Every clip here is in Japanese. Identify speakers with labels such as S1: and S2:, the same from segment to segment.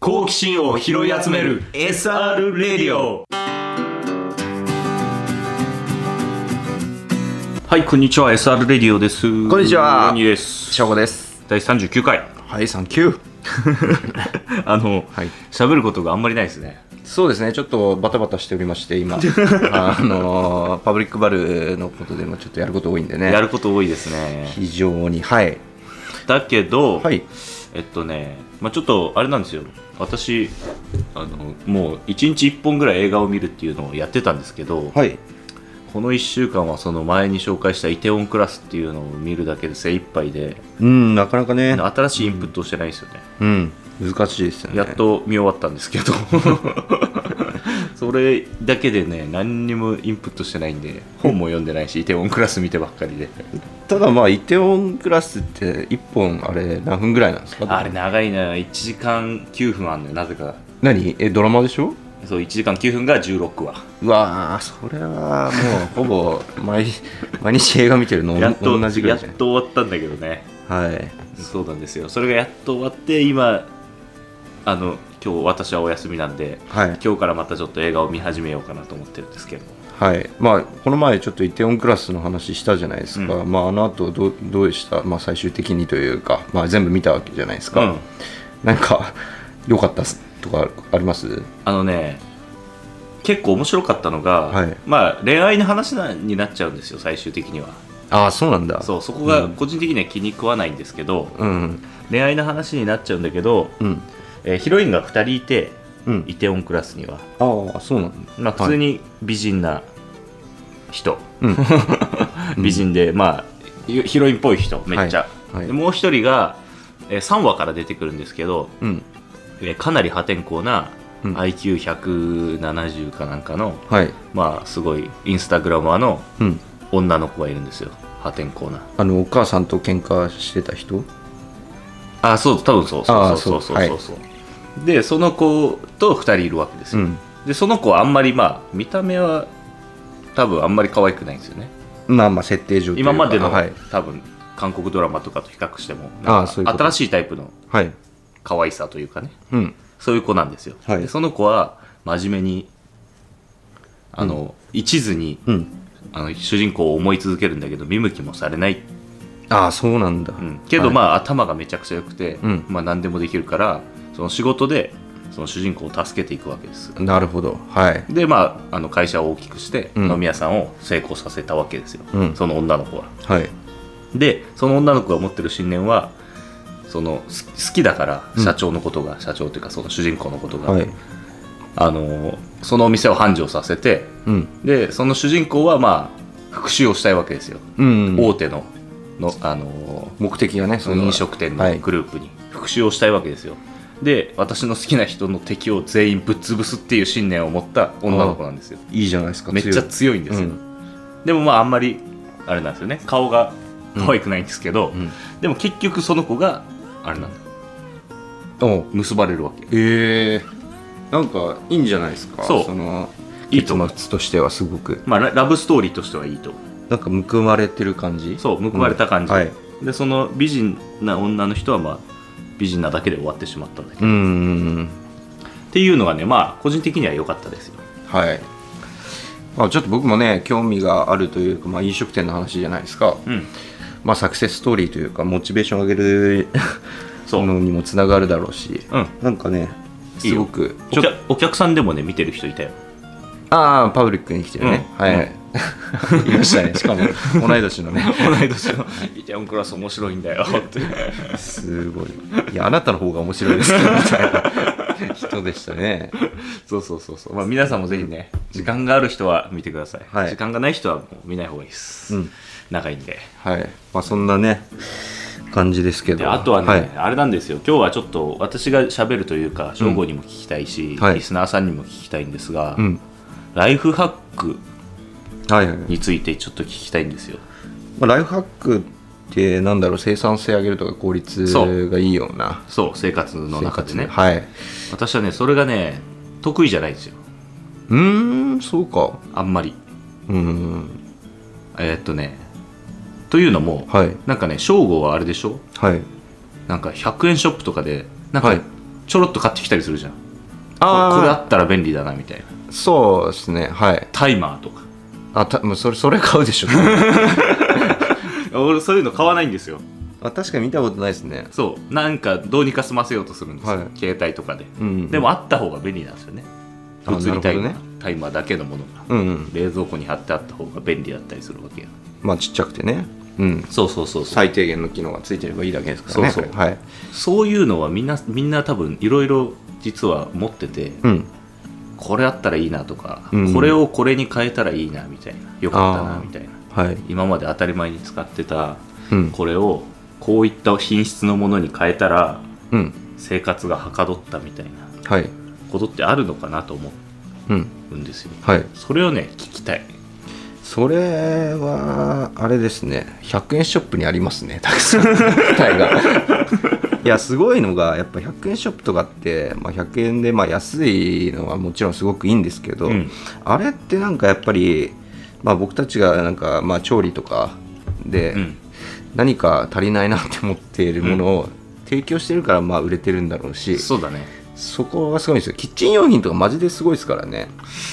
S1: 好奇心を拾い集める SR レディオはいこんにちは SR レディオです
S2: こんにちは
S1: ロニーです
S2: 翔吾です
S1: 第39回
S2: はいサンキュー
S1: あの
S2: はい
S1: 喋ることがあんまりないですね
S2: そうですねちょっとバタバタしておりまして 今あのーパブリックバルのことでもちょっとやること多いんでね
S1: やること多いですね
S2: 非常にはい
S1: だけど、
S2: はい
S1: えっとね、まあ、ちょっとあれなんですよ私あのもう1日1本ぐらい映画を見るっていうのをやってたんですけど、
S2: はい
S1: この1週間はその前に紹介したイテウォンクラスっていうのを見るだけで精一杯で
S2: うんなかなかね
S1: 新しいインプットをしてないんですよね、
S2: うん難しいですよね
S1: やっと見終わったんですけど それだけでね何にもインプットしてないんで本も読んでないしイテウォンクラス見てばっかりで
S2: ただまあイテウォンクラスって1本あれ何分ぐらいなんですか
S1: あれ長いな1時間9分あんのよなぜか
S2: 何えドラマでしょ
S1: そう1時間9分が16話
S2: うわあそれはもうほぼ毎 毎日映画見てるの
S1: やっと
S2: 同じぐらいじゃ
S1: や
S2: な
S1: っ
S2: い
S1: と終わったんだけどね
S2: はい
S1: そうなんですよそれがやっと終わって今あの今日私はお休みなんで
S2: はい
S1: 今日からまたちょっと映画を見始めようかなと思ってるんですけど
S2: はいまあ、この前、ちょっとイテオンクラスの話したじゃないですか、
S1: う
S2: まあ、あの後どうどうでした、まあ、最終的にというか、まあ、全部見たわけじゃないですか、
S1: うん
S2: なんか良かったとかあります
S1: あのね結構面白かったのが、
S2: はい
S1: まあ恋愛の話なになっちゃうんですよ最終的には
S2: ああ、そうなんだ
S1: そうそこが
S2: うん
S1: 個人的には気に食わないんですけど、
S2: うん
S1: 恋愛の話になっちゃうんだけど、
S2: うん
S1: えーヒロインが2人いて
S2: うん
S1: イテウォンクラスには、
S2: ああ、そうなんだ、
S1: まあ、普通に美人な人、
S2: うん
S1: 美人で、まあヒヒロインっぽい人めっちゃ、
S2: はいはい
S1: でもう一人が、えー3話から出てくるんですけど、
S2: うん、
S1: えーかなり破天荒な
S2: うん
S1: IQ170 かなんかの、
S2: はい、
S1: まあすごいインスタグラマーの
S2: うん、
S1: 女の子がいるんですよ破天荒な
S2: あのお母さんと喧嘩してた人、
S1: あそう多分そうそ
S2: あ
S1: う
S2: ー
S1: そう
S2: そ
S1: そううそうそう、でその子と2人いるわけですよ、
S2: ん、
S1: でその子はあんまりまあ見た目は多分あんまり可愛くないんですよね
S2: まあまあ、設定上というか
S1: 今までの、
S2: はい、
S1: 多分韓国ドラマとかと比較しても
S2: あーそういうこと
S1: 新しいタイプの
S2: はい、
S1: 可愛さというかね
S2: うん、
S1: そういう子なんですよ、
S2: はい
S1: でその子は真面目にあの、一途に
S2: うん、
S1: あの主人公を思い続けるんだけど見向きもされない、
S2: ああ、そうなんだ、
S1: うんけど、
S2: はい
S1: まあ頭がめちゃくちゃ良くて、
S2: うん
S1: まあ、何でもできるからその仕事でその主人公を助けていくわけです
S2: なるほど、はい、
S1: でまああの会社を大きくして
S2: うん
S1: 飲み屋さんを成功させたわけですよ、
S2: うん
S1: その女の子は
S2: はい、
S1: でその女の子が持ってる信念はそのす好きだから
S2: うん
S1: 社長のことが、社長というかその主人公のことが、
S2: はい、
S1: あのそのお店を繁盛させて
S2: うん、
S1: でその主人公はまあ復讐をしたいわけですよ、
S2: うん、
S1: 大手のの、あの
S2: 目的がね、
S1: その飲食店のグループに復讐をしたいわけですよ、で私の好きな人の敵を全員ぶっ潰すっていう信念を持った女の子なんですよ
S2: いいじゃないですか
S1: めっちゃ強いんですよ、でもまああんまりあれなんですよね顔が可愛くないんですけど、
S2: うん
S1: でも結局その子があれなんだ
S2: お
S1: 結ばれるわけ
S2: ええなんかいいんじゃないですか
S1: そう
S2: の
S1: いいと思う
S2: 結末としてはすごく
S1: まあララブストーリーとしてはいいと思
S2: なんか報われてる感じ
S1: うそう報われた感じ、
S2: はい
S1: でその美人な女の人はまあ美人なだけで終わってしまったんだけど、
S2: うん
S1: っ
S2: うん
S1: ていうのがねまあ個人的には良かったですよ
S2: はいまあ、ちょっと僕もね興味があるというか、まあ、飲食店の話じゃないですか、
S1: うん
S2: まあ、サクセスストーリーというかモチベーションを上げる
S1: そう、うん
S2: のにもつながるだろうしなんかね
S1: いい
S2: す
S1: よ
S2: ごく
S1: お
S2: ちょっと
S1: 客お客さんでもね見てる人いたよ
S2: ああパブリックに来てるね、
S1: うん
S2: はい、 いましたねしかも同い年のね
S1: 同 い年の「イテオンクラス面白いんだよ」って
S2: すごい。いや、あなたの方が面白いですけど、みたいな人でしたね。
S1: そうそうそうそう、まあ、皆さんもぜひね時間がある人は見てください、
S2: はい
S1: 時間がない人はもう見ない方がいいです、
S2: うん
S1: 長いんで
S2: はい。まあ、そんなね、感じですけ
S1: で
S2: ど。
S1: あとはね、
S2: はい。
S1: あれなんですよ今日はちょっと私がしゃべるというか省吾にも聞きたいし、
S2: はい
S1: リスナーさんにも聞きたいんですが、
S2: うん。
S1: ライフハック
S2: はいはいはい。
S1: についてちょっと聞きたいんですよ
S2: まあ、ライフハックって、なんだろう、生産性上げるとか効率がいいような
S1: そう生活の
S2: 生
S1: 中で
S2: 活
S1: ね、
S2: はい。う
S1: 私はねそれがね得意じゃないんですよ
S2: ーん、そうか。
S1: あんまり
S2: うーん。
S1: えーっとねというのも、
S2: はい。
S1: なんかね省吾はあれでしょ
S2: はい。
S1: なんか100円ショップとかでなんか、
S2: はい
S1: ちょろっと買ってきたりするじゃん
S2: あー
S1: ここれあったら便利だなみたいな
S2: そうですねはい
S1: タイマーとか
S2: あたもうそれそれ買うでし ょ
S1: 俺そういうの買わないんですよ
S2: あ確かに見たことないですね
S1: そうなんかどうにか済ませようとするんですよ、
S2: はい
S1: 携帯とかで、
S2: うん
S1: でもあった方が便利なんですよね
S2: あ
S1: 普通にタイマー,、
S2: なるほ
S1: タイマーだけのものが、
S2: うんうん
S1: 冷蔵庫に貼ってあった方が便利だったりするわけや
S2: まあちっちゃくてねうん
S1: そうそうそうそう
S2: 最低限の機能がついてればいいだけですからね
S1: そうそう
S2: はい
S1: そういうのはみんなみんな多分いろいろ実は持ってて、
S2: うん
S1: これあったらいいなとか、
S2: うん
S1: これをこれに変えたらいいなみたいなよかったな
S2: あー
S1: みたいな
S2: はい
S1: 今まで当たり前に使ってた
S2: うん
S1: これをこういった品質のものに変えたら
S2: うん
S1: 生活がはかどったみたいな
S2: はい
S1: ことってあるのかなと思
S2: うん
S1: うんですよ
S2: はい
S1: それをね聞きたい
S2: それはあれですね100円ショップにありますねたく さんタイがいやすごいのがやっぱ100円ショップとかって、まあ、100円でまあ安いのはもちろんすごくいいんですけど、
S1: うん
S2: あれってなんかやっぱり、まあ、僕たちがなんかまあ調理とかで
S1: うん
S2: 何か足りないなって思っているものを提供してるからまあ売れてるんだろうし、
S1: そうだね
S2: そこがすごいんですよキッチン用品とかマジですごいですからね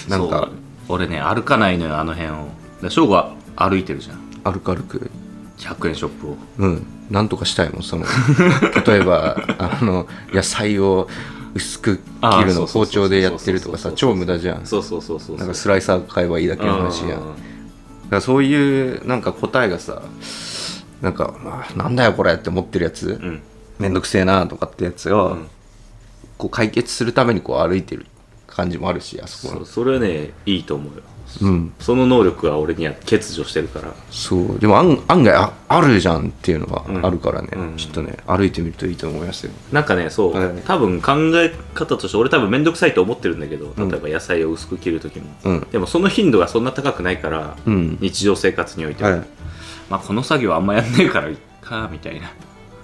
S2: なんか
S1: そう俺ね歩かないのよあの辺をで翔吾は歩いてるじゃん
S2: 歩く歩く
S1: 100円ショップを
S2: うん、なんとかしたいもんその 例えばあの野菜を薄く
S1: あ
S2: 切
S1: ー
S2: る
S1: そ
S2: の
S1: う
S2: を
S1: そうそう
S2: 包丁でやってるとか
S1: そう
S2: さ
S1: そうそうそう
S2: 超無駄じゃん
S1: そうそうそうそう
S2: なんかスライサー買えばいいだけの話やんだ
S1: うん
S2: からそういうなんか答えがさなんか、まあ、なんだよこれって思ってるやつ、
S1: うん
S2: めんどくせえなとかってやつを、
S1: うん
S2: こう解決するためにこう歩いてる感じもあるしあそこ
S1: そう
S2: の
S1: それはねいいと思うよ
S2: うん
S1: その能力は俺には欠如してるから
S2: そうでも案案外ああるじゃんっていうのがあるからね、
S1: うん
S2: ちょっとね歩いてみるといいと思いますよ
S1: なんかねそう、
S2: はい
S1: 多分考え方として俺多分面倒くさいと思ってるんだけど
S2: うん
S1: 例えば野菜を薄く切る時も、
S2: うん
S1: でもその頻度がそんな高くないから、
S2: うん
S1: 日常生活においては、
S2: はい
S1: まあ、この作業あんまやんねえからいっかみたいな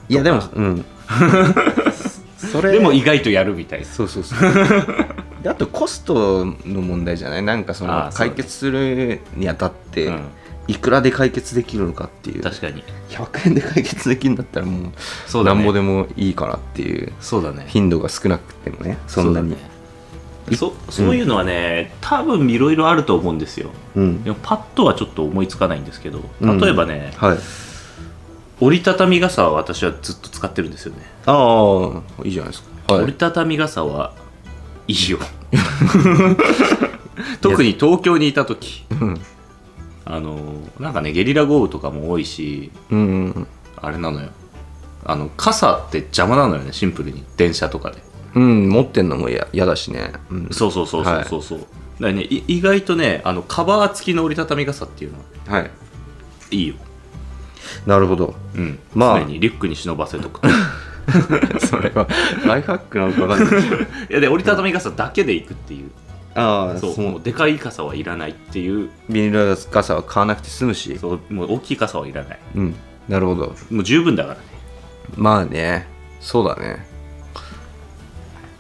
S1: い
S2: やでもうん それ
S1: でも意外とやるみたいな
S2: そうそうそう であとコストの問題じゃないなんかそ
S1: あ
S2: の
S1: ーそう
S2: 解決するにあたって、
S1: うん
S2: いくらで解決できるのかっていう
S1: 確かに
S2: 100円で解決できるんだったらもう
S1: そうだね
S2: なんぼでもいいかなっていう
S1: そうだね
S2: 頻度が少なくてもねそんなに
S1: そうだねそそういうのはね、多分いろいろあると思うんですよ
S2: うん
S1: でもパッとはちょっと思いつかないんですけど
S2: うん
S1: 例えばね、
S2: はい
S1: 折りたたみ傘は私はずっと使ってるんですよね、
S2: ああいいじゃないですかは
S1: 折
S2: い
S1: りたたみ傘はいいよ 特に東京にいた時
S2: うん
S1: あのなんかねゲリラ豪雨とかも多いし
S2: うんうん
S1: あれなのよあの傘って邪魔なのよねシンプルに電車とかで
S2: うん持ってんのも嫌嫌だしね、うん、
S1: そうそうそうそうそうそう、だからねい意外とねあのカバー付きの折りたたみ傘っていうのは
S2: はい
S1: いいよ
S2: なる ほど
S1: うん、
S2: まあ
S1: 常にリュックに忍ばせと くと
S2: それは ライフハックなのかわか んない
S1: いやで折りたたみ傘だけで行くっていう
S2: ああ
S1: そう
S2: そう
S1: もうでかい傘はいらないっていう
S2: ビニール傘は買わなくて済むし
S1: そうもう大きい傘はいらない
S2: うんなるほど
S1: もう十分だからね
S2: まあねそうだね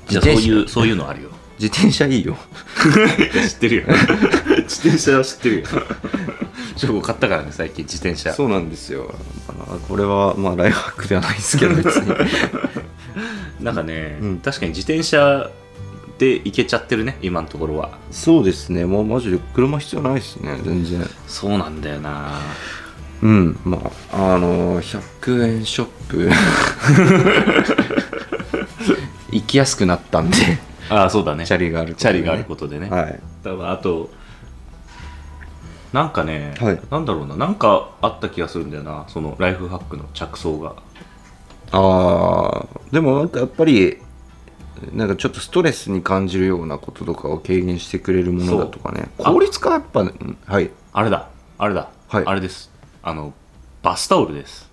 S1: じゃあそういう
S2: 自
S1: そういうのあるよ
S2: 自転車いいよ
S1: 知ってるよ 自転車は知ってるよ 翔吾買ったからね最近自転車
S2: そうなんですよあこれはまあライフハックではないですけど別に
S1: なんかね、
S2: うん
S1: 確かに自転車で行けちゃってるね今のところは
S2: そうですねもうマジで車必要ないですね全然
S1: そうなんだよな
S2: うんまああのー100円ショップ 行きやすくなったんで
S1: ああそうだね
S2: チャリがあること
S1: チャリがある
S2: と
S1: ことでね、
S2: はい
S1: 多分あとなんかね、
S2: はい
S1: なんだろうななんかあった気がするんだよなそのライフハックの着想が
S2: あーでもなんかやっぱりなんかちょっとストレスに感じるようなこととかを軽減してくれるものだとかね
S1: そう
S2: 効率化やっぱ、うんはい
S1: あれだあれだ、
S2: はい
S1: あれですあのバスタオルです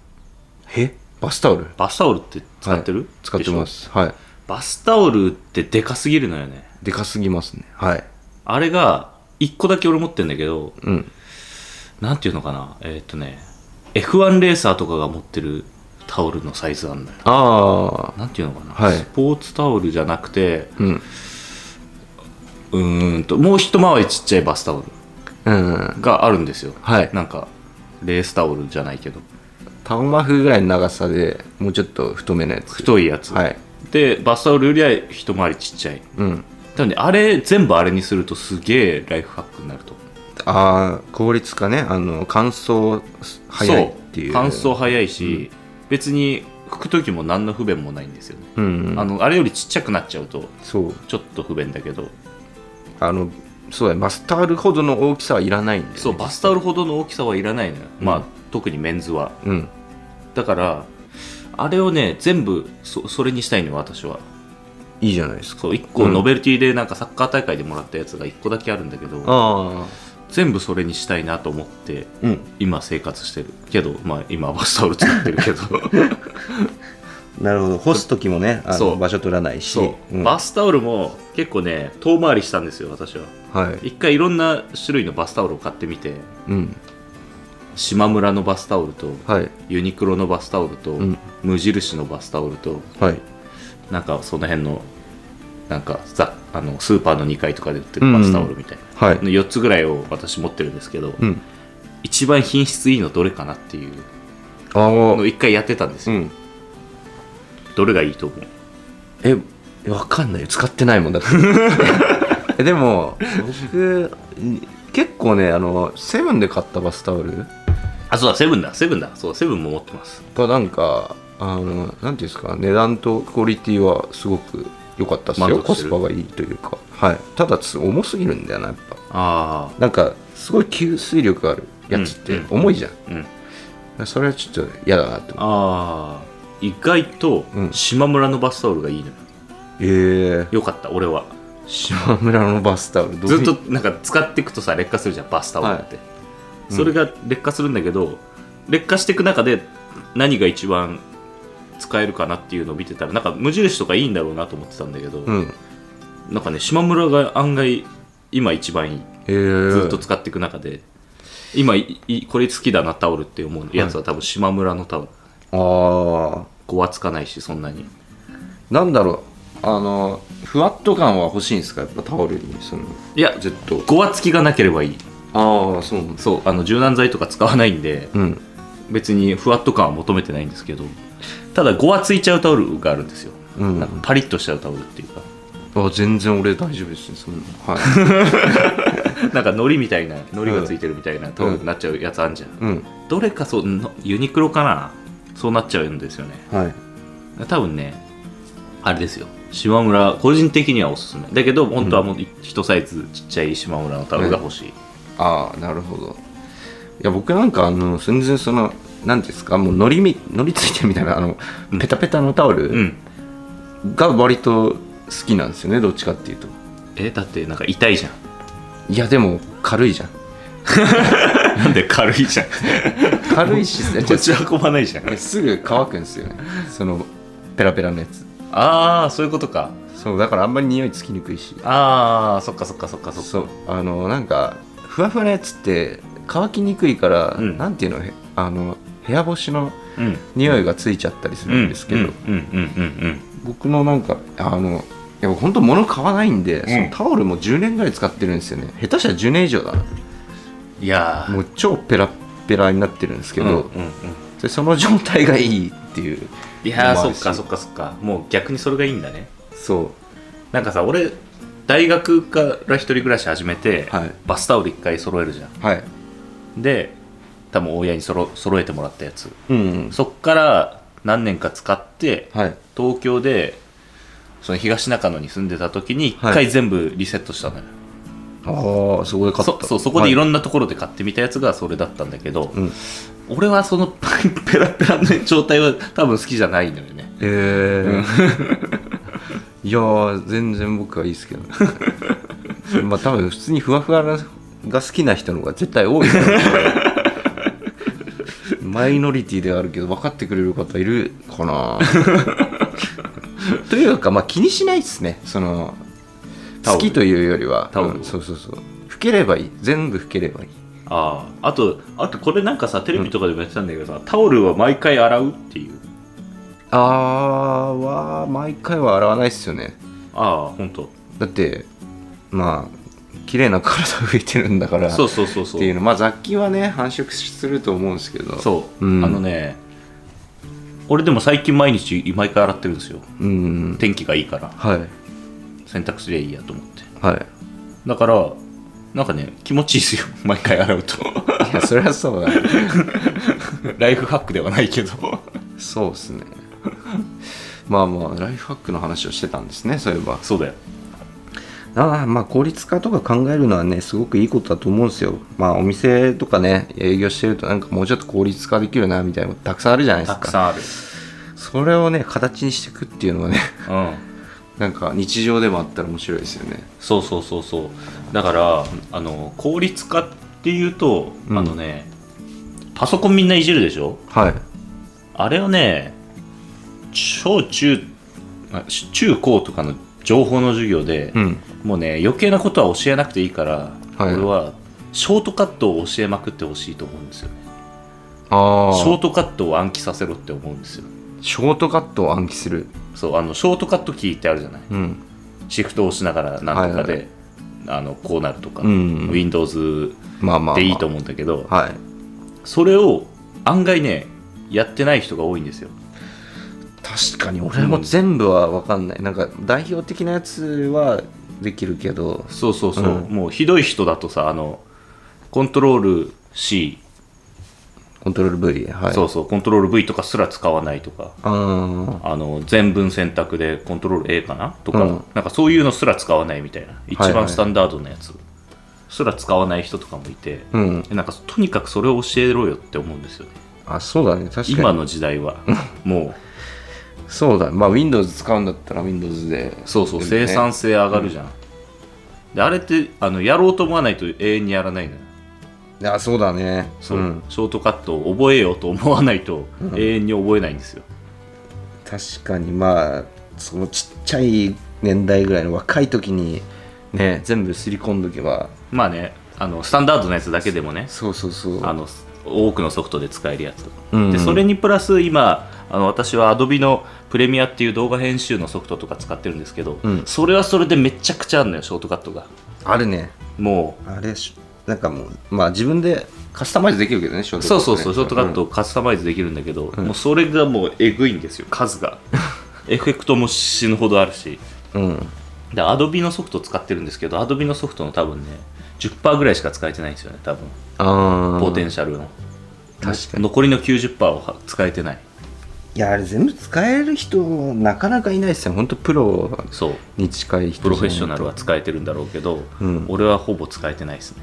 S2: えバスタオル
S1: バスタオルって使ってる、
S2: はい使ってま
S1: でし
S2: すはい
S1: ょバスタオルってでかすぎるのよね
S2: でかすぎますねはい
S1: あれが1個だけ俺持ってんだけど
S2: うん
S1: なんていうのかなえーっ、とね F1 レーサーとかが持ってるタオルのサイズあんだよ
S2: ああ
S1: なんていうのかな、
S2: はい
S1: スポーツタオルじゃなくて
S2: うん
S1: うーんともう一回りちっちゃいバスタオル
S2: うん
S1: があるんですよ
S2: はい
S1: なんかレースタオルじゃないけど
S2: タオマフぐらいの長さでもうちょっと太めのやつ
S1: 太いやつ、
S2: はい
S1: でバスタオルよりは一回りちっちゃい
S2: うん
S1: なのであれ全部あれにするとすげえライフハックになると
S2: ああ効率化ねあの乾燥早いっていう
S1: そう乾燥早いし、別に拭く時も何の不便もないんですよね、
S2: うん、うん、
S1: あのあれよりちっちゃくなっちゃうと
S2: そう
S1: ちょっと不便だけど、
S2: あのそうだねバスタオルほどの大きさはいらないんで、ね、
S1: そうバスタオルほどの大きさはいらないのよ、
S2: うん
S1: まあ特にメンズは
S2: うん
S1: だからあれをね全部そそれにしたいのよ私はい
S2: いじゃないですか
S1: そう1個ノベルティでなんかサッカー大会でもらったやつが1個だけあるんだけど、
S2: ああ
S1: 全部それにしたいなと思って
S2: うん
S1: 今生活してるけどまあ今はバスタオル使ってるけ ど
S2: なるほど干す時もねあ
S1: そ
S2: の
S1: う
S2: 場所取らないし
S1: そう、
S2: ん
S1: バスタオルも結構ね遠回りしたんですよ私は
S2: はい
S1: 一回いろんな種類のバスタオルを買ってみて
S2: うん
S1: 島村のバスタオルと
S2: はい
S1: ユニクロのバスタオルと、
S2: ん
S1: 無印のバスタオルと
S2: はい
S1: なんかその辺のなんかざあのスーパーの2階とかで売ってるバスタオルみたいな、
S2: はい
S1: の4つぐらいを私持ってるんですけど、
S2: うん
S1: 一番品質いいのどれかなっていう
S2: ああ
S1: のを1回やってたんです
S2: う
S1: よ、
S2: ん
S1: どれがいいと思う
S2: えわかんないよ使ってないもんだって えでも僕結構ねあのセブンで買ったバスタオル
S1: あそうだセブンだセブンだそうセブンも持ってます
S2: がなんかあのなんていうんですか値段とクオリティはすごく良かったっす
S1: 満足し
S2: よ
S1: てる
S2: コスパがいいというか、はい、ただつ重すぎるんだよなやっぱ
S1: あ
S2: なんかすごい吸水力があるやつっ
S1: う
S2: て
S1: んうん
S2: 重いじゃん、
S1: あうん
S2: それはちょっと嫌だなと思
S1: ああ意外と
S2: うん
S1: 島村のバスタオルがいいのよ
S2: うええ
S1: よかった俺は
S2: 島村のバスタオルどういう
S1: ずっとなんか使っていくとさ劣化するじゃんバスタオルって、
S2: うん
S1: それが劣化するんだけど劣化していく中で何が一番使えるかなっていうのを見てたらなんか無印とかいいんだろうなと思ってたんだけど、
S2: うん
S1: なんかね島村が案外今一番いい
S2: えー、
S1: ずっと使っていく中で、今いいこれ好きだなタオルって思うやつは多分島村のタオル
S2: ああ
S1: ごわつかないしそんなに
S2: なんだろうあのふわっと感は欲しいんですかやっぱタオルにその
S1: いや
S2: ジェット
S1: ごわつきがなければいい
S2: ああそうなんです
S1: そうあの柔軟剤とか使わないんで
S2: うん
S1: 別にふわっと感は求めてないんですけどただごわついちゃうタオルがあるんですよ、
S2: うん
S1: なんかパリッとしちゃうタオルっていうか
S2: あ全然俺大丈夫ですねそんなはい
S1: なんか糊みたいな糊がついてるみたいなタオルになっちゃうやつあんじゃん、
S2: うん
S1: どれかそうのユニクロかなそうなっちゃうんですよね
S2: はい
S1: 多分ねあれですよ島村個人的にはおすすめだけど本当はもう一サイズちっちゃい島村のタオルが欲しい、
S2: ああなるほどいや僕なんかあの全然その何ですかもうのりみのりついてるみたいなあのペタペタのタオ
S1: う
S2: ル
S1: ん
S2: が割と好きなんですよねどっちかっていうと
S1: えだってなんか痛いじゃん
S2: いやでも軽いじゃん
S1: なんで軽いじゃん
S2: 軽い し
S1: 持 ち運ばないじゃん
S2: すぐ乾くんですよねそのペラペラのやつ
S1: ああそういうことか
S2: そうだからあんまり匂いつきにくいし
S1: ああそっかそっかそっかそっか
S2: そうあのなんかふわふわなやつって乾きにくいから、
S1: うん
S2: なんていうのへあの部屋干しの
S1: うん
S2: 匂いがついちゃったりするんですけど、
S1: うんうんうん
S2: 僕のなんかあのいや本当物買わないんで、
S1: ん
S2: そのタオルも10年ぐらい使ってるんですよね下手したら10年以上だな
S1: うんいやー
S2: もう超ペラッペラになってるんですけど、
S1: うんうんうん
S2: でその状態がいいっていう
S1: いやー
S2: まあ
S1: そっかそっかそっかもう逆にそれがいいんだね
S2: そ
S1: なんかさ俺大学から一人暮らし始めて、
S2: はい
S1: バスタオル1回揃えるじゃ
S2: うはい
S1: んで多分親にそろ揃えてもらったやつ
S2: うんうん
S1: そっから何年か使って
S2: はい
S1: 東京でその東中野に住んでた時に1
S2: は
S1: 回
S2: い
S1: 全部リセットしたのよ、
S2: ああそこで買っ
S1: そ
S2: た
S1: そうそこでい
S2: ん
S1: ろんなところで買ってみたやつがそれだったんだけど、
S2: な、うん、
S1: 俺はその ペラペラの状態は多分好きじゃないのよね
S2: えー、いやー全然僕はいいですけど まあ多分普通にふわふわなが好きな人の方が絶対多いと思うマイノリティではあるけど分かってくれる方いるかな というかまあ気にしないですねその
S1: タオ
S2: 好
S1: ル
S2: きというよりは
S1: タオルを
S2: うんそうそうそう拭ければいい全部拭ければいい
S1: あああとあとこれなんかさテレビとかでもやってたんだけどさ、タオルは毎回洗うっていう
S2: あーは毎回は洗わないっすよね
S1: ああ本当。
S2: だってまあ綺麗な体拭いてるんだから
S1: そうそうそう
S2: っ
S1: そ
S2: ていう
S1: う
S2: のまあ雑菌はね繁殖すると思うんですけど
S1: そう、
S2: うん
S1: あのね俺でも最近毎日毎回洗ってるんですよ
S2: うん
S1: 天気がいいから
S2: はい
S1: 洗濯すりゃいいやと思って
S2: はい
S1: だからなんかね気持ちいいですよ毎回洗う と
S2: いやそりゃそうだね
S1: ライフハックではないけど
S2: そうですねまあまあライフハックの話をしてたんですねそういえば
S1: そうだよ
S2: ああまあ効率化とか考えるのはねすごくいいことだと思うんですよまあお店とかね営業してるとなんかもうちょっと効率化できるなみたいなことたくさんあるじゃないで
S1: た
S2: す
S1: く
S2: か
S1: さんある
S2: それをね形にしていくっていうのはね
S1: うん
S2: なんか日常でもあったら面白いですよね
S1: そうそうそうそうだからあの効率化っていうと、
S2: うん
S1: あのねパソコンみんないじるでしょ
S2: はい
S1: あれをね小中あ中高とかの情報の授業で、
S2: うん
S1: もうね余計なことは教えなくていいから、
S2: はい
S1: 俺はショートカットを教えまくってほしいと思うんですよね
S2: ああ
S1: ショートカットを暗記させろって思うんですよ
S2: ショートカットを暗記する
S1: そうあのショートカットキーってあるじゃない
S2: うん
S1: シフトを押しながらなんとかで、
S2: はい
S1: あのこうなるとか、
S2: うん
S1: Windows
S2: まあまあ、まあ、
S1: でいいと思うんだけど、
S2: はい
S1: それを案外ねやってない人が多いんですよ
S2: 確かに俺も全部は分かんない、なんか代表的なやつはできるけど
S1: そうそうそう、
S2: うん
S1: もうひどい人だとさあのコントロール C、
S2: コントロール V はい
S1: そうそうコントロール V とかすら使わないとか
S2: あ
S1: あの全文選択でコントロール A かなとか、
S2: うん
S1: なんかそういうのすら使わないみたいな一
S2: はいはい
S1: 番スタンダードなやつすら使わない人とかもいて、
S2: あうん
S1: なんかとにかくそれを教えろよって思うんですよね
S2: あそうだね確かに
S1: 今の時代 はも
S2: そうだまあ Windows 使うんだったら Windows で
S1: うそうそう
S2: でもね
S1: 生産性上がるじゃん、であれってあのやろうと思わないと永遠にやらないのよ
S2: あそうだね
S1: そう、
S2: ん、
S1: ショートカットを覚えようと思わないと永遠に覚えないんですよ、
S2: 確かにまあそのちっちゃい年代ぐらいの若い時にね全部すり込んどけば
S1: まあねあのスタンダードなやつだけでもね
S2: そうそうそう
S1: あの多くのソフトで使えるやつとか、
S2: うんうん
S1: でそれにプラス今あの私は Adobe のプレミアっていう動画編集のソフトとか使ってるんですけど、
S2: うん
S1: それはそれでめちゃくちゃあるのよショートカットが
S2: あるね
S1: も
S2: あれしなんかもうまあ自分でカスタマイズできるけどねショー
S1: う
S2: ト
S1: そうそうそうショートカッ
S2: を
S1: トをカスタマイズできるんだけど、もうそれがもうえぐいんですよ数 がエフェクトも死ぬほどあるし
S2: うん、
S1: で Adobe のソフト使ってるんですけど Adobe のソフトの多分ね10%ぐらいしか使えてないんですよね多分
S2: ああ
S1: ポテンシャルの、
S2: 確かに
S1: 残りの90%を使えてない
S2: いやあれ全部使える人なかなかいないですよ本当プロ
S1: そう
S2: に近い人
S1: プロフェッショ
S2: ル
S1: ナルは使えてるんだろうけど、
S2: うん
S1: 俺はほぼ使えてないですね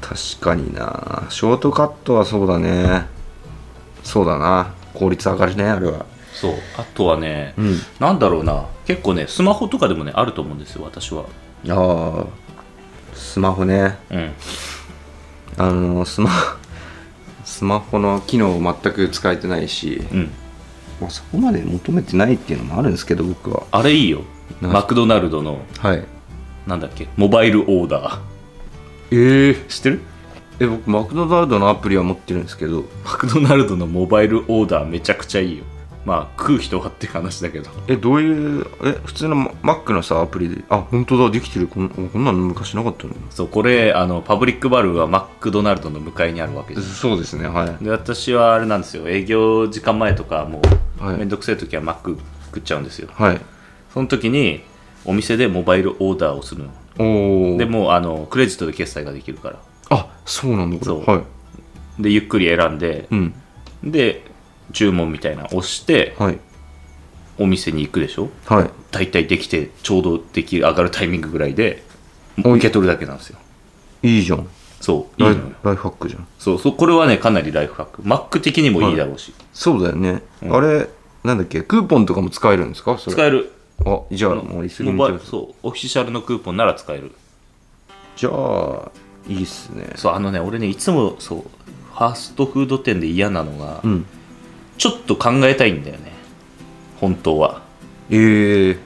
S2: 確かになショートカットはそうだねそうだな効率上がるねあれは
S1: そうあとはね、
S2: ん
S1: なんだろうな結構ねスマホとかでもねあると思うんですよ私は
S2: ああスマホね
S1: うん
S2: あのスマ スマホの機能を全く使えてないし、
S1: うん
S2: まあ、そこまで求めてないっていうのもあるんですけど僕は
S1: あれいいよ
S2: なん
S1: マクドナルドの
S2: はい
S1: なんだっけモバイルオーダー
S2: ええ
S1: 知ってる
S2: え僕マクドナルドのアプリは持ってるんですけど
S1: マクドナルドのモバイルオーダーめちゃくちゃいいよまあ食う人はって話だけど
S2: えどういうえ普通のママックのさアプリであ本当だできてるこんこんなの昔なかったの
S1: そうこれあのパブリックバルーはマクドナルドの向かいにあるわけです
S2: そうですねはい
S1: で私はあれなんですよ営業時間前とかも
S2: は
S1: う
S2: い
S1: めんどくせえ時はマック食っちゃうんですよ
S2: はい
S1: その時にお店でモバイルオーダーをするの
S2: おお
S1: でもうあのクレジットで決済ができるから
S2: あそうなんだこれ
S1: そう
S2: はい
S1: でゆっくり選んで
S2: う、ん
S1: で注文みたいなの押して
S2: はい
S1: お店に行くでしょ
S2: はい
S1: 大体できてちょうど出来上がるタイミングぐらいで
S2: おい
S1: 受け取るだけなんですよ
S2: いいじゃん
S1: そうい
S2: ラ
S1: い
S2: イ
S1: のよ
S2: ライフハックじゃん
S1: そうそうこれはねかなりライフハックマック的にもいいだろうし、
S2: そうだよね、
S1: うん
S2: あれなんだっけクーポンとかも使えるんですかそれ
S1: 使える
S2: あじゃあ
S1: あの
S2: もうリスニ
S1: モ
S2: ン
S1: バイ
S2: グ
S1: ルそうオフィシャルのクーポンなら使える
S2: じゃあいいっすね
S1: そうあのね俺ねいつもそうファーストフード店で嫌なのが、
S2: うん
S1: ちょっと考えたいんだよね本当は
S2: ええ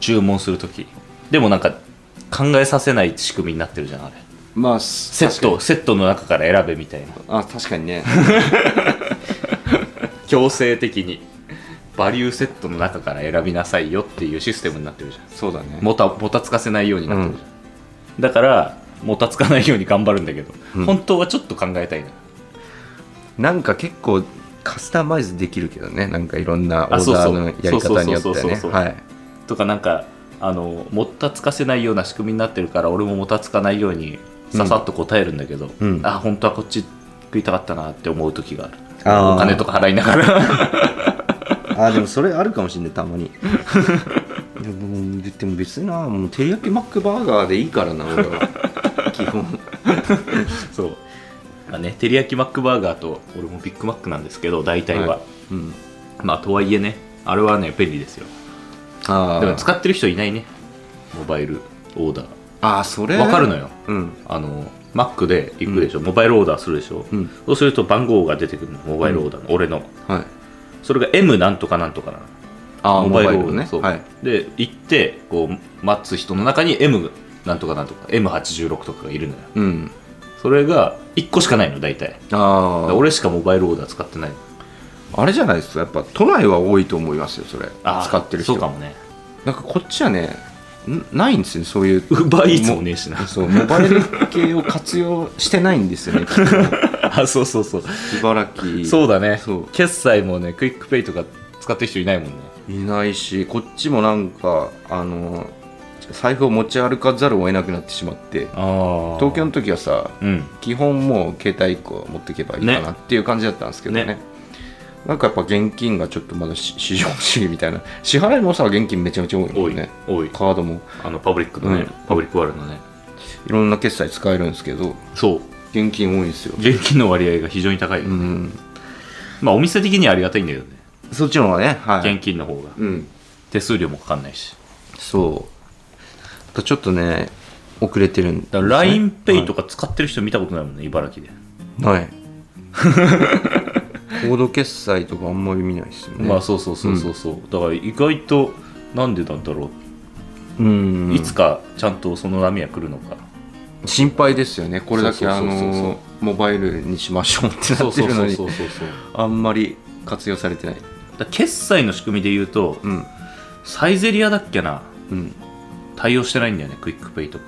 S1: 注文するときでもなんか考えさせない仕組みになってるじゃんあれ
S2: まあ
S1: セ
S2: セ
S1: ットセットの中から選べみたいな
S2: あ確かに ね
S1: 強制的にバリューセットの中から選びなさいよっていうシステムになってるじゃん
S2: そうだね
S1: もたもたつかせないようになってるじゃん、だからもたつかないように頑張るんだけど、
S2: うん
S1: 本当はちょっと考えたいな
S2: なんか結構カスタマイズできるけどねなんかいろんなオ
S1: あ
S2: ー
S1: そう
S2: ダー
S1: そう
S2: のやり方によって
S1: そうそうそう
S2: ね
S1: そう
S2: はい
S1: とかなんかあのもたつかせないような仕組みになってるから俺ももたつかないようにささっと答えるんだけど、
S2: うん
S1: あ本当はこっち食いたかったなって思う時がある
S2: あー
S1: お金とか払いなが ら
S2: あーでもそれあるかもしれないた まにでもででも別になもう照り焼きマックバーガーでいいからな俺 は基本
S1: そう、まあね、照り焼きマックバーガーと俺もビッグマックなんですけど大体は、
S2: いうん
S1: まあとはいえねあれはね便利ですよ
S2: あー
S1: でも使ってる人いないねモバイルオーダー
S2: あーそれ
S1: わかるのよ
S2: うん
S1: あの Mac で行くでしょ、モバイルオーダーするでしょ、
S2: うん
S1: そうすると番号が出てくるのモバイルオーダーの、俺の
S2: はい
S1: それが M なんとかなんとかなの
S2: あー
S1: オーダーそう
S2: はい
S1: で行ってこう待つ人の中に M なんとかなんとか M86 とかがいるのよ
S2: うん
S1: それが1個しかないの大体
S2: あ
S1: だか
S2: あ
S1: ら俺しかモバイルオーダー使ってない
S2: あれじゃないですかやっぱ都内は多いと思いますよそれ
S1: あー
S2: 使ってる人
S1: そうかもね
S2: なんかこっちはねんないんですよねそういう
S1: ウーバーイーツもねえしな
S2: そうモバイル系を活用してないんですよね
S1: あそうそうそう
S2: 茨城
S1: そうだね
S2: そう
S1: 決済もねクイックペイとか使ってる人いないもんね
S2: いないしこっちもなんかあの財布を持ち歩かざるを得なくなってしまって
S1: ああ
S2: 東京の時はさ
S1: うん
S2: 基本もう携帯1個持っていけばいいかな
S1: ね
S2: っていう感じだったんですけどね
S1: ね
S2: なんかやっぱ現金がちょっとまだし 市場主義みたいな支払いもさ現金めちゃめちゃ多いも
S1: 多
S2: ん
S1: い
S2: ね
S1: ね多い
S2: カードも
S1: あのパブリックのね、
S2: うん
S1: パブリックワールドのね
S2: いろんな決済使えるんですけど
S1: そう
S2: 現金多いんですよ
S1: 現金の割合が非常に高い、
S2: うん
S1: まあお店的にはありがたいんだけどね
S2: そっちの方がねはい
S1: 現金の方が
S2: うん
S1: 手数料もかかんないし
S2: そうだちょっとね遅れてるんです
S1: だ
S2: ね
S1: から LINEPay とか使ってる人見たことないもんね、茨城で、
S2: はい コード決済とかあんまり見ないですよね
S1: まあそうそうそうそうそう、だから意外となんでなんだろ
S2: うん
S1: う、いつかちゃんとその波は来るの か
S2: 心配ですよねこれだけ
S1: そう
S2: あ
S1: そうそうそう
S2: のモバイルにしましょうって
S1: そ
S2: な
S1: う
S2: って
S1: そう
S2: る
S1: そ
S2: の
S1: う
S2: に
S1: そうそうそう
S2: あんまり活用されてない
S1: だから決済の仕組みで言うと、
S2: うん
S1: サイゼリアだっけな
S2: うん
S1: 対応してないんだよねクイックペイとか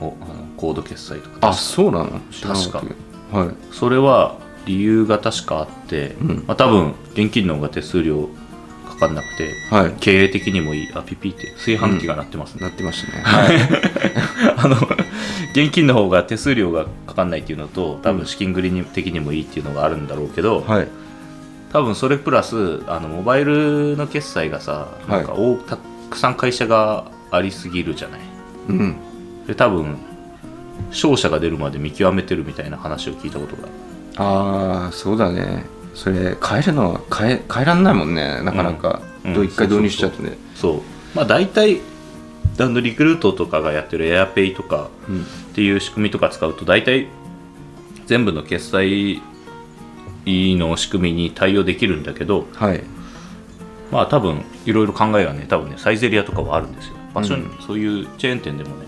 S1: おあのコード決済とか
S2: あそうなの知らなった
S1: 確
S2: はい
S1: それは理由が確かあって、
S2: うん
S1: まあ、多分現金の方が手数料かかんなくて
S2: はい
S1: 経営的にもいいあピピって炊飯器が鳴ってますね、
S2: なってましたねはい
S1: あの現金の方が手数料がかかんないっていうのと多分資金繰りに的にもいいっていうのがあるんだろうけど、
S2: はい
S1: 多分それプラスあのモバイルの決済がさ
S2: い
S1: なんか多たくさん会社がありすぎるじゃない
S2: うん
S1: で多分勝者が出るまで見極めてるみたいな話を聞いたことが
S2: ああそうだねそれ変えるのは変え変えらんないもんねなかなか
S1: うん
S2: ど
S1: う
S2: うん一回導入しちゃうとね
S1: そうまあ大体あのリクルートとかがやってるエアペイとか
S2: うん
S1: っていう仕組みとか使うと大体全部の決済の仕組みに対応できるんだけど
S2: はい
S1: まあ多分いろいろ考えがね多分ねサイゼリアとかはあるんですよ場所に、
S2: う
S1: そういうチェーン店でもね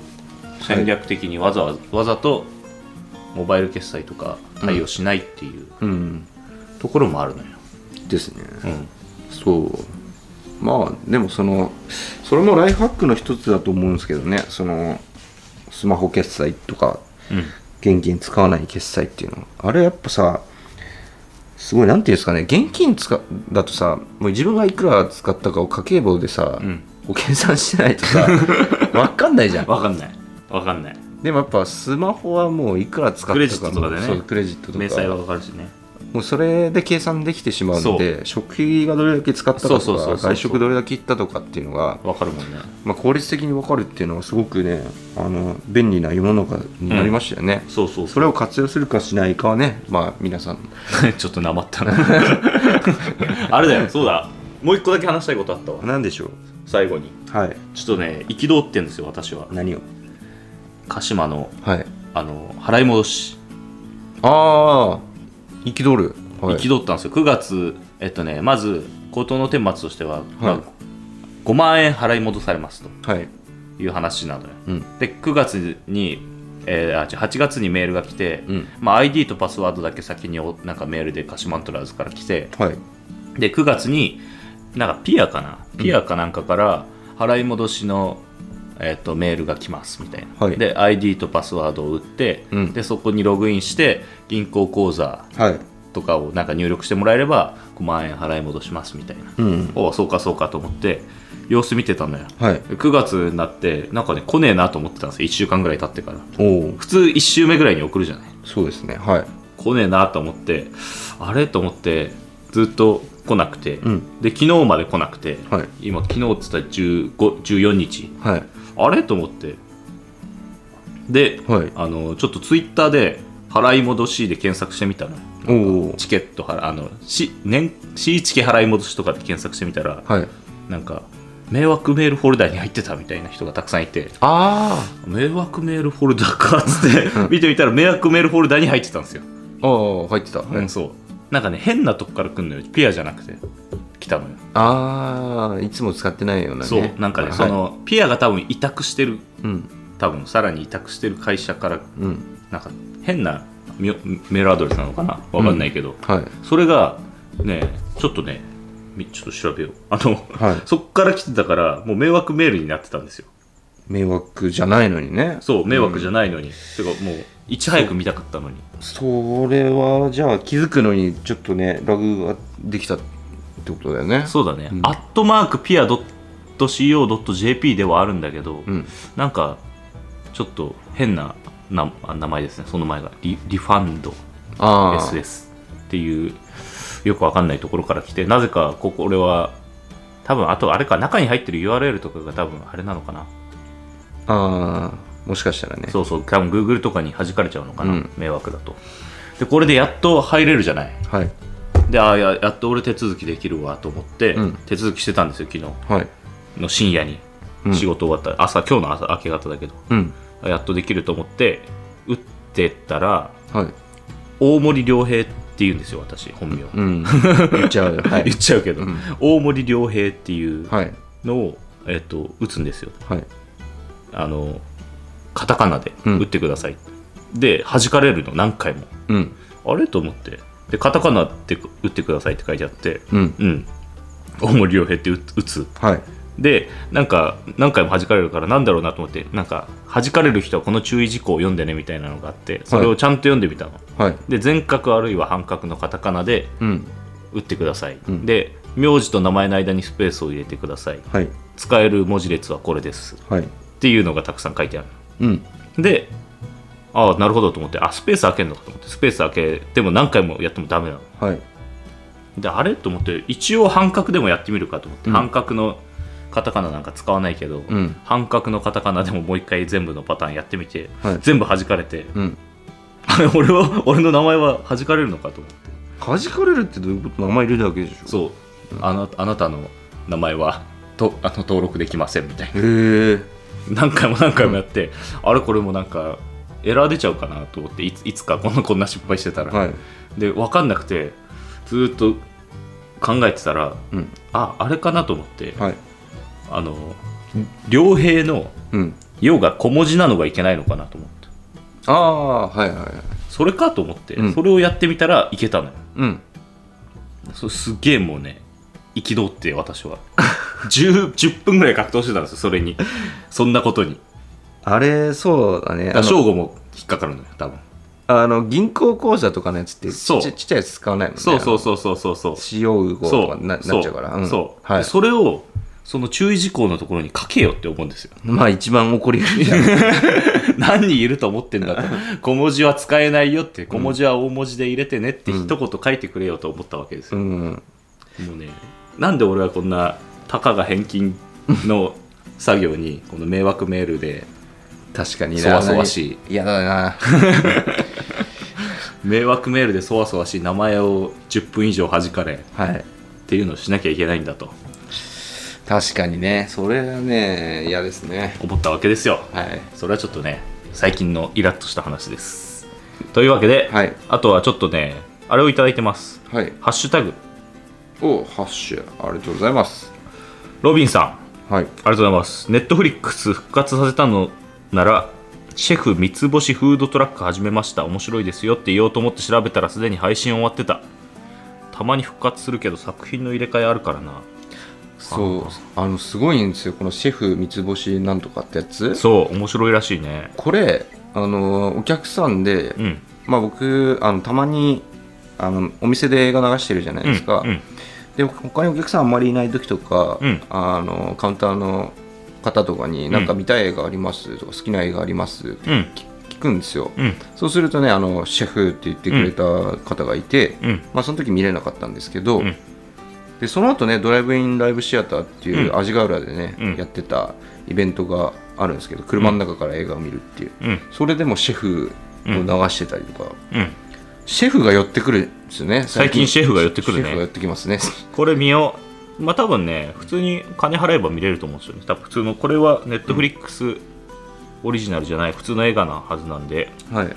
S1: 戦略的にわざわざ,、わざとモバイル決済とか対応しないっていう
S2: うん
S1: ところもあるのよ、
S2: ですね
S1: うん
S2: そうまあでもそのそれもライフハックの一つだと思うんですけどねそのスマホ決済とか
S1: うん
S2: 現金使わない決済っていうのあれやっぱさすごいなんていうんですかね現金使うだとさもう自分がいくら使ったかを家計簿でさ、
S1: うん
S2: こう計算してないとさ わかんないじゃん
S1: わかんないわかんない
S2: でもやっぱスマホはもういくら使ったか
S1: クレジットとかでね
S2: そうクレジット
S1: 明細は
S2: とか
S1: わかるしね
S2: もうそれで計算できてしまうので食費がどれだけ使ったかとか
S1: そうそうそうそうそう
S2: 外食どれだけ行ったとかっていうのが、
S1: わかるもんね
S2: まあ、効率的に分かるっていうのはすごくねあの便利な世の中になりましたよね、
S1: そうそう
S2: それを活用するかしないかはねまあ皆さん
S1: ちょっとなまったなあれだよそうだもう一個だけ話したいことあったわ
S2: 何でしょう
S1: 最後に
S2: はい
S1: ちょっとね憤ってんですよ私は
S2: 何を
S1: 鹿島の
S2: はい
S1: あの払い戻し
S2: ああ憤る、はい、
S1: 憤ったんですよ9月えっとねまず口頭の顛末としては、まあ
S2: はい
S1: 5万円払い戻されますと
S2: はい
S1: いう話なのよ
S2: うん
S1: で9月に、えーあ違う8月にメールが来て、
S2: うん
S1: まあ、ID とパスワードだけ先におなんかメールで鹿島アントラーズから来て、
S2: はい
S1: で9月になんかピアかなピアかなんかから払い戻しの、えっとメールが来ますみたいな、
S2: はい
S1: で ID とパスワードを打って、
S2: うん
S1: でそこにログインして銀行口座
S2: はい
S1: とかをなんか入力してもらえれば5万円払い戻しますみたいな、
S2: うん
S1: おうそうかそうかと思って様子見てたのよ
S2: はい
S1: 9月になってなんかね来ねえなと思ってたんですよ1週間ぐらい経ってから
S2: おお
S1: 普通1週目ぐらいに送るじゃない
S2: そうですねはい
S1: 来ねえなと思ってあれと思ってずっと来なくて、
S2: うん
S1: で昨日まで来なくて、
S2: はい
S1: 今昨日っつったら15 14日
S2: はい
S1: あれと思ってで、
S2: はい
S1: あのちょっとツイッターで払い戻しで検索してみたら
S2: おお
S1: チケット払あのし年シーチケ払い戻しとかで検索してみたら
S2: はい
S1: なんか迷惑メールフォルダに入ってたみたいな人がたくさんいて
S2: あ
S1: 迷惑メールフォルダかっつって
S2: うん
S1: 見てみたら迷惑メールフォルダに入ってたんですよ、
S2: あああ入ってた、
S1: うん、そうなんかね変なとこから来んのよピアじゃなくて来たのよ
S2: ああいつも使ってないようなね
S1: そうなんかね、
S2: はい
S1: そのピアが多分委託してる
S2: うん
S1: 多分さらに委託してる会社から
S2: うん
S1: なんか変なみょメールアドレスなのかなわかんないけど、
S2: はい
S1: それがねちょっとねみちょっと調べようあの
S2: はい
S1: そっから来てたからもう迷惑メールになってたんですよ
S2: 迷惑じゃないのにね
S1: そう迷惑じゃないのに、てかもういち早く見たかったのに
S2: それはじゃあ気づくのにちょっとねラグができたってことだよね
S1: そうだね、
S2: うん
S1: アットマークピア .co.jp ではあるんだけど、
S2: うん
S1: なんかちょっと変ななあ名前ですねその前がリリファンド
S2: ああ
S1: SS っていうよくわかんないところから来てなぜかここ俺は多分あとあれか中に入ってる URL とかが多分あれなのかな
S2: ああもしかしたらね
S1: そうそう多分 Google とかに弾かれちゃうのかな、
S2: うん
S1: 迷惑だとでこれでやっと入れるじゃない
S2: はい
S1: でああややっと俺手続きできるわと思って、
S2: うん
S1: 手続きしてたんですよ昨日
S2: はい
S1: の深夜に
S2: うん
S1: 仕事終わった、朝今日の朝明け方だけど
S2: うん
S1: やっとできると思って打ってったら
S2: はい
S1: 大森良平って言うんですよ私本名、
S2: うん 言っちゃうよは
S1: 言
S2: い
S1: っちゃうけど、
S2: うん
S1: 大森良平っていう
S2: はい
S1: のを、えっと打つんですよ
S2: はい
S1: あのカタカナで
S2: うん
S1: 打ってください、で弾かれるの何回も
S2: うん
S1: あれと思ってでカタカナって打ってくださいって書いてあって
S2: うん
S1: うん大森良平って打打つ
S2: はい
S1: でなんか何回も弾かれるからなんだろうなと思ってなんか弾かれる人はこの注意事項を読んでねみたいなのがあってそれをちゃんと読んでみたの、
S2: はい
S1: で全角あるいは半角のカタカナで
S2: うん
S1: 打ってください、
S2: うん
S1: で名字と名前の間にスペースを入れてください
S2: はい
S1: 使える文字列はこれですっ
S2: はい
S1: ていうのがたくさん書いてある
S2: うん
S1: でああなるほどと思ってあスペース開けるのかと思ってスペース開けても何回もやってもダメなの
S2: はい
S1: であれと思って一応半角でもやってみるかと思って、
S2: うん
S1: 半角のカタカナなんか使わないけど、
S2: うん
S1: 半角のカタカナでももう一回全部のパターンやってみて、
S2: はい
S1: 全部弾かれて
S2: うん
S1: あれ俺は俺の名前は弾かれるのかと思って
S2: 弾かれるってどういうこと名前入れるだけでしょ
S1: そうあなあなたの名前はとあの登録できませんみたいな
S2: へえ
S1: 何回も何回もやって、あれこれもなんかエラー出ちゃうかなと思っていついつかこん なこんな失敗してたら、
S2: はい
S1: で分かんなくてずーっと考えてたら
S2: うん
S1: ああれかなと思って、
S2: はい
S1: あの両平の
S2: うん
S1: 要が小文字なのがいけないのかなと思って
S2: ああはいはいはい
S1: それかと思って、
S2: うん
S1: それをやってみたらいけたのよ
S2: うん
S1: そすっげえもうね憤って私は 10, 10分ぐらい格闘してたんですよそれにそんなことに
S2: あれそうだね
S1: だから
S2: あの
S1: 正午も引っかかるのよ多分
S2: あの銀行口座とかのやつってち
S1: そう
S2: っちゃいちっちゃいやつ使わないもんね
S1: そうそう
S2: そ
S1: そうそうそうそう
S2: 使用語
S1: そ
S2: とか
S1: う
S2: ななっちゃうからん
S1: そう、
S2: はい
S1: でそれをその注意事項のところに書けよって思うんですよ
S2: まあ一番怒りがるじゃん
S1: 何人いると思ってんだと小文字は使えないよって小文字は大文字で入れてねって一言書いてくれよと思ったわけですよ、
S2: うん
S1: もうね、なんで俺はこんな、たかが返金の作業 に、この迷惑メールで、
S2: 確かに
S1: そわそわし
S2: い嫌だな
S1: 迷惑メールでそわそわしい名前を10分以上弾かれっ
S2: はい
S1: ていうのをしなきゃいけないんだと
S2: 確かにねそれはね嫌ですね
S1: 思ったわけですよ。
S2: はい
S1: それはちょっとね、最近のイラッとした話です。というわけで、
S2: はい
S1: あとはちょっとね、あれをいただいてます。
S2: はい
S1: ハッシュタグ、
S2: おハッシュありがとうございます
S1: ロビンさん、あ
S2: はい
S1: りがとうございます。ネットフリックス復活させたのなら、シェフ三つ星フードトラック始めました面白いですよって言おうと思って調べたらすでに配信終わってたたまに復活するけど作品の入れ替えあるからな
S2: そうあのすごいんですよこのシェフ三つ星なんとかってやつ
S1: そう面白いらしいね
S2: これあのお客さんで
S1: うん
S2: まあ僕あのたまにあのお店で映画流してるじゃないですか、
S1: うんうん
S2: で他にお客さんあんまりいない時とか、
S1: うん
S2: あのカウンターの方とかになんか見たい映画ありますとか好きな映画ありますって
S1: うん
S2: 聞くんですよ、
S1: うん
S2: そうするとねあのシェフって言ってくれた方がいて、
S1: うん
S2: まあ、その時見れなかったんですけど、
S1: うん
S2: でその後ねドライブインライブシアターっていうう味ヶ浦でね、
S1: うん
S2: やってたイベントがあるんですけど車の中から映画を見るっていう、
S1: うん
S2: それでもシェフを流してたりとか、
S1: うん
S2: シェフが寄ってくるんですよね
S1: 最近シェフが寄ってくるね
S2: シェフが寄ってきますね
S1: これ見ようまあ多分ね普通に金払えば見れると思うんですよね多分普通のこれはネットフリックスオリジナルじゃない普通の映画なはずなんで
S2: はい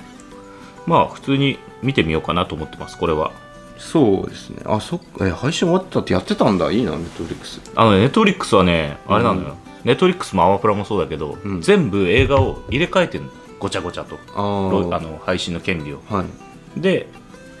S1: まあ普通に見てみようかなと思ってますこれは
S2: そうですねあそっかえ配信終わったってやってたんだいいなネットフリックス
S1: あのねネットフリックスはねあれなのよ、ネットフリックスもアマプラもそうだけど、
S2: うん
S1: 全部映画を入れ替えてんのごちゃごちゃと
S2: あー
S1: あの配信の権利を
S2: はい
S1: で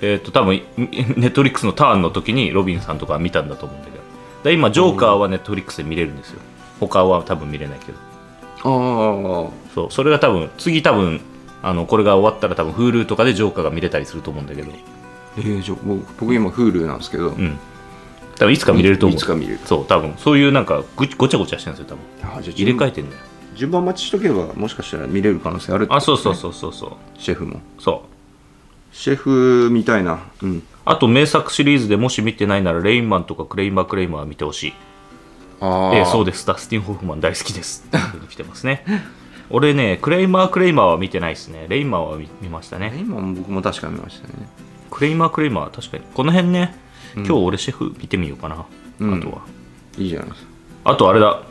S1: えっ、と多分いネットフリックスのターンの時にロビンさんとか見たんだと思うんだけどで今ジョーカーはネットフリックスで見れるんですよ他は多分見れないけど
S2: あー
S1: そうそれが多分次多分あのこれが終わったら多分 Hulu とかでジョーカーが見れたりすると思うんだけど
S2: えー、じゃあ僕僕今 Hulu なんですけ
S1: う
S2: ど、
S1: ん多分いつか見れると思う
S2: いつか見れる
S1: そう多分そういうなんかぐごちゃごちゃしてるんですよ多分
S2: あーじゃあ
S1: 入れ替えてんだよ
S2: 順番待ちしとけばもしかしたら見れる可能性あるってこと
S1: あそうそうそうそうそう
S2: シェフも
S1: そう
S2: シェフみたいなうん
S1: あと名作シリーズでもし見てないならレインマンとかクレイマークレイマーは見てほしい
S2: あ
S1: えーそう
S2: で
S1: ですダスティン・ホフマン大好きですっていうふうに来てますね 俺ねクレイマークレイマーは見てないですねレインマーは見見ましたね
S2: 今も僕も確かに見ましたね
S1: クレイマークレイマーは確かにこの辺ね今日俺シェフ見てみようかな、
S2: うん
S1: あとはい
S2: いじゃないです
S1: あとあれだ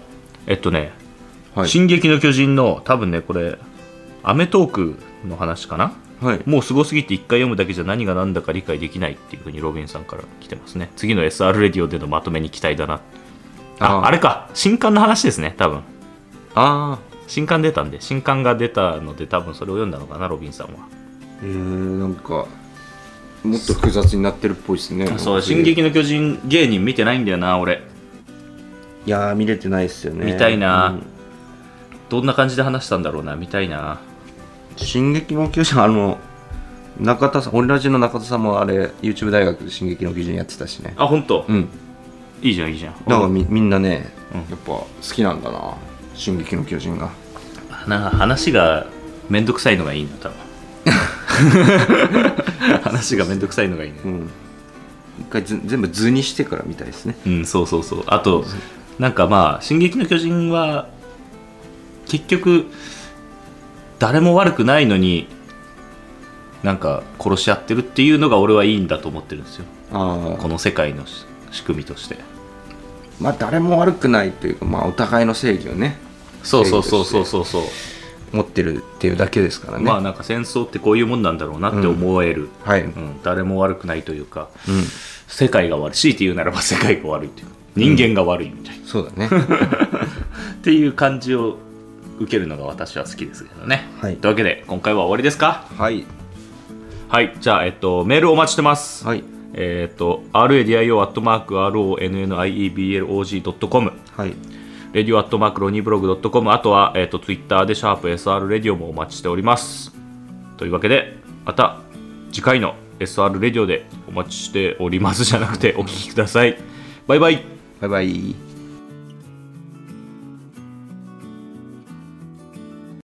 S1: えっとね「
S2: かはい、
S1: 進撃の巨人の」多分ねこれ『アメトーク』の話かな
S2: はい、
S1: もうすごすぎて一回読むだけじゃ何が何だか理解できないっていうふうにロビンさんから来てますね次の SR レディオでのまとめに期待だなあ
S2: あー
S1: あれか新刊の話ですね多分
S2: ああ
S1: 新刊出たんで新刊が出たので多分それを読んだのかなロビンさんは
S2: えー、なんかもっと複雑になってるっぽいですね
S1: そう「進撃の巨人」芸人見てないんだよな俺
S2: いやー見れてないですよね
S1: 見たいな
S2: うん
S1: どんな感じで話したんだろうな見たいな
S2: 進撃の巨人あの中田さん俺らじの中田さんもあれ YouTube 大学で進撃の巨人やってたしね
S1: あ本当、
S2: うん
S1: いいじゃんいいじゃん
S2: だからみみんなね、
S1: うん
S2: やっぱ好きなんだな進撃の巨人が
S1: なんか話がめんどくさいのがいいな 多分話がめんどくさいのがいいね
S2: うん一回ず全部図にしてから見たいですね
S1: うんそうそうそうあとなんかまあ「進撃の巨人」は結局誰も悪くないのになんか殺し合ってるっていうのが俺はいいんだと思ってるんですよ
S2: あ
S1: この世界のし仕組みとして
S2: まあ誰も悪くないというか、まあ、お互いの正義をね
S1: そうそうそうそうそうそう、
S2: 持ってるっていうだけですからね、
S1: まあなんか戦争ってこういうもんなんだろうなって思える、
S2: はい、うん
S1: うん誰も悪くないというか世界が悪い強いて言うならば世界が悪いという人間が悪いみたいな、
S2: そうだ ね
S1: っていう感じを受けるのが私は好きですけどね、
S2: はい
S1: というわけで今回は終わりですか
S2: はい
S1: はいじゃあ、えっと、メールお待ちしてます、
S2: はい
S1: えっと radio.ronnieblog.com
S2: はい
S1: レディオアットマークロニーブログ .com あとは、えっと Twitter でシャープ SR レディオもお待ちしておりますというわけでまた次回の SR レディオでお待ちしておりますじゃなくてお聞きくださいバイバイ
S2: バイバイ